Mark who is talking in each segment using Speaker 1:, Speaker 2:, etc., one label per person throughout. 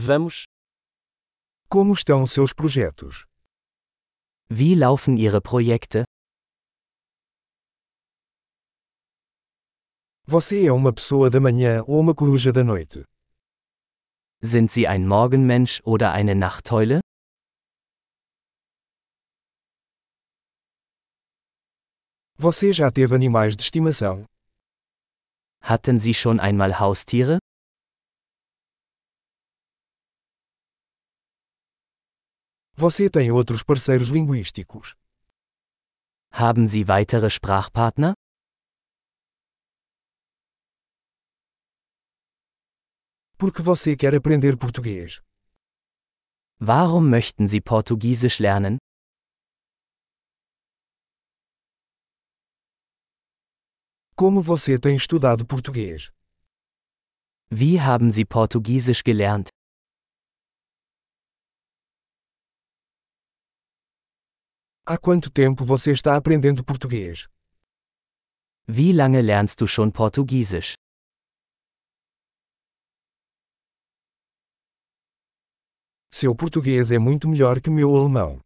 Speaker 1: Vamos.
Speaker 2: Como estão seus projetos?
Speaker 1: Wie laufen Ihre Projekte?
Speaker 2: Você é uma pessoa da manhã ou uma coruja da noite?
Speaker 1: Sind Sie ein Morgenmensch oder eine Nachteule?
Speaker 2: Você já teve animais de estimação?
Speaker 1: Hatten Sie schon einmal Haustiere?
Speaker 2: Você tem outros parceiros linguísticos?
Speaker 1: Haben Sie weitere Sprachpartner?
Speaker 2: Por que você quer aprender português?
Speaker 1: Warum möchten Sie Portugiesisch lernen?
Speaker 2: Como você tem estudado português?
Speaker 1: Wie haben Sie Portugiesisch gelernt?
Speaker 2: Há quanto tempo você está aprendendo português?
Speaker 1: Wie lange lernst du schon Portugiesisch?
Speaker 2: Seu português é muito melhor que meu alemão.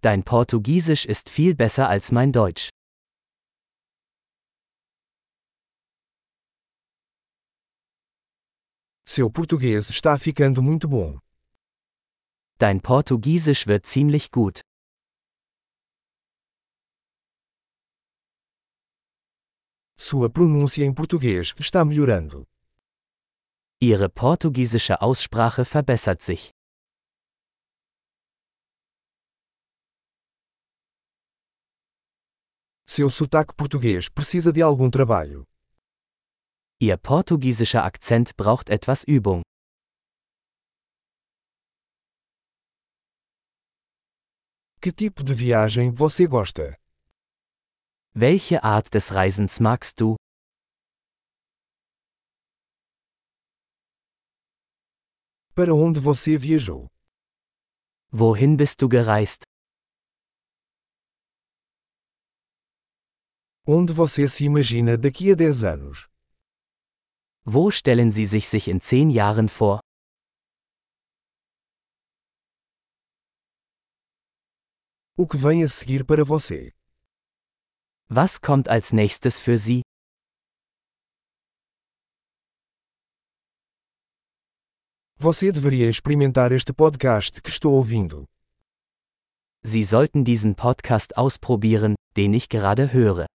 Speaker 1: Dein Portugiesisch ist viel besser als mein Deutsch.
Speaker 2: Seu português está ficando muito bom.
Speaker 1: Dein Portugiesisch wird ziemlich gut.
Speaker 2: Sua pronúncia em português está melhorando.
Speaker 1: Ihre portugiesische Aussprache verbessert sich.
Speaker 2: Seu sotaque português precisa de algum trabalho.
Speaker 1: Ihr portugiesischer Akzent braucht etwas Übung.
Speaker 2: Que tipo de viagem você gosta?
Speaker 1: Welche Art des Reisens magst du?
Speaker 2: Para onde você viajou?
Speaker 1: Wohin bist du gereist?
Speaker 2: Onde você se imagina daqui a 10 anos?
Speaker 1: Wo stellen Sie sich sich in zehn Jahren vor?
Speaker 2: O que vem a seguir para você?
Speaker 1: Was kommt als nächstes für Sie?
Speaker 2: Você deveria experimentar este podcast que estou ouvindo.
Speaker 1: Sie sollten diesen Podcast ausprobieren, den ich gerade höre.